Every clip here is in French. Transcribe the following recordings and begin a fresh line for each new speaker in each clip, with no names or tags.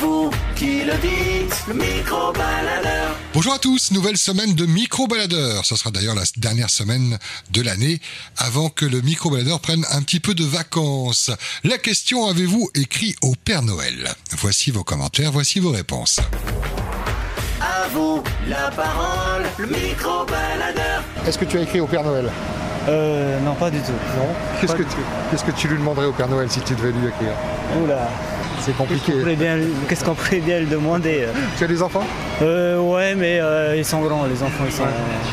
vous qui le dites, le micro-baladeur.
Bonjour à tous, nouvelle semaine de micro-baladeur. Ce sera d'ailleurs la dernière semaine de l'année avant que le micro-baladeur prenne un petit peu de vacances. La question avez-vous écrit au Père Noël Voici vos commentaires, voici vos réponses.
À vous la parole, le micro-baladeur.
Est-ce que tu as écrit au Père Noël
Euh, non, pas du tout.
Non. Qu'est-ce
Pas
que,
du
tu, qu'est-ce que tu lui demanderais au Père Noël si tu devais lui écrire
Oula.
C'est
Qu'est-ce qu'on pourrait bien, qu'est-ce qu'on pourrait bien le demander euh
Tu as des enfants
Euh, Ouais, mais euh, ils sont grands, les enfants, ils sont.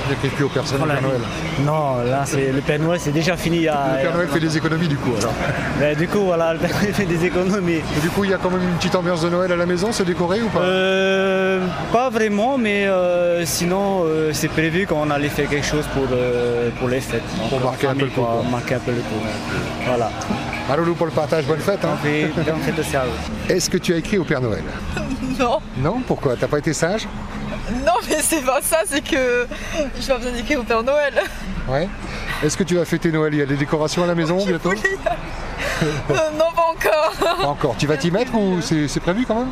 Tu n'écris plus aux personnes au
Voilà.
Père Noël.
Non, là, c'est le Père Noël, c'est déjà fini. il y a-
Le Père Noël fait des économies du coup alors.
Ben, du coup, voilà, le Père Noël fait des économies.
Et du coup, il y a quand même une petite ambiance de Noël à la maison, c'est décoré ou pas
Euh, pas vraiment, mais euh, sinon, euh, c'est prévu qu'on allait faire quelque chose pour, euh, pour les fêtes. donc,
Pour
en
marquer un peu le
famille,
coup,
quoi,
quoi.
Marquer un peu le coup. ouais. Voilà.
Maloulou pour le partage, bonne fête. hein.
Et bonne fête aussi à vous.
Est-ce que tu as écrit au Père Noël
Non,
Non Pourquoi T'as pas été sage
non mais c'est pas ça, c'est que je vais besoin d'écrire au Père Noël.
Ouais. Est-ce que tu vas fêter Noël Il y a des décorations à la maison bientôt
Euh, non pas encore.
Pas encore. Tu vas t'y mettre ou c'est c'est prévu quand même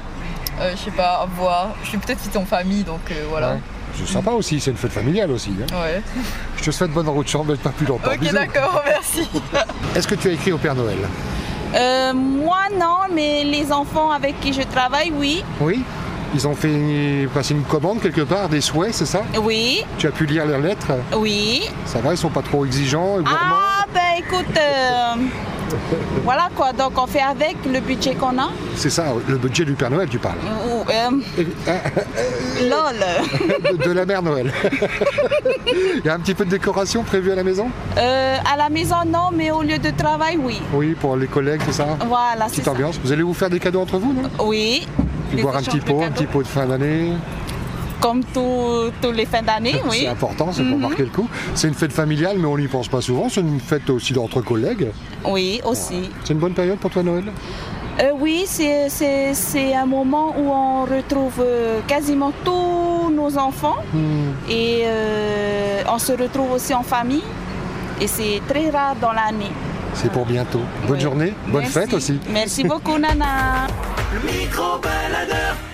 Euh, je sais pas, à voir. Je suis peut-être vite en famille donc euh, voilà.
Ouais. C'est sympa aussi, c'est une fête familiale aussi. hein.
Ouais.
Je te souhaite bonne route, je t'embête pas plus longtemps.
Ok
Bisous.
d'accord, merci.
Est-ce que tu as écrit au Père Noël
Euh, moi non, mais les enfants avec qui je travaille, oui.
Oui. Ils ont fait passer une commande quelque part, des souhaits, c'est ça
Oui,
Tu as pu lire leurs lettres
oui.
Ça va, ils sont pas trop exigeants, gourmands
Ah ben écoute, euh, voilà quoi, donc on fait avec le budget qu'on a.
C'est ça, le budget du Père Noël, tu parles.
Ou, euh, lol.
hein. De, de la mère Noël. Il y a un petit peu de décoration prévue à la maison
Euh, à la maison non, mais au lieu de travail, oui.
Oui, pour les collègues, tout ça.
Voilà, Oh, c'est
Petite
ça.
ambiance. Vous allez vous faire des cadeaux entre vous, non
Oui.
Puis
Les
boire un
échanges
petit
de
pot, un
cadeaux.
petit pot de fin d'année.
Comme tous tous les fins d'année, oui. Mhm.
C'est important, c'est pour marquer le coup. C'est une fête familiale, mais on n'y pense pas souvent. C'est une fête aussi d'entre collègues.
Oui, aussi.
C'est une bonne période pour toi, Noël
Euh, oui, c'est- c'est c'est un moment où on retrouve euh, quasiment tous nos enfants.
Hmm.
Et euh, on se retrouve aussi en famille. Et c'est très rare dans l'année.
C'est pour bientôt. Bonne
Oui.
journée, bonne
Merci.
fête aussi.
Merci beaucoup, Nana.
Le micro-baladeur.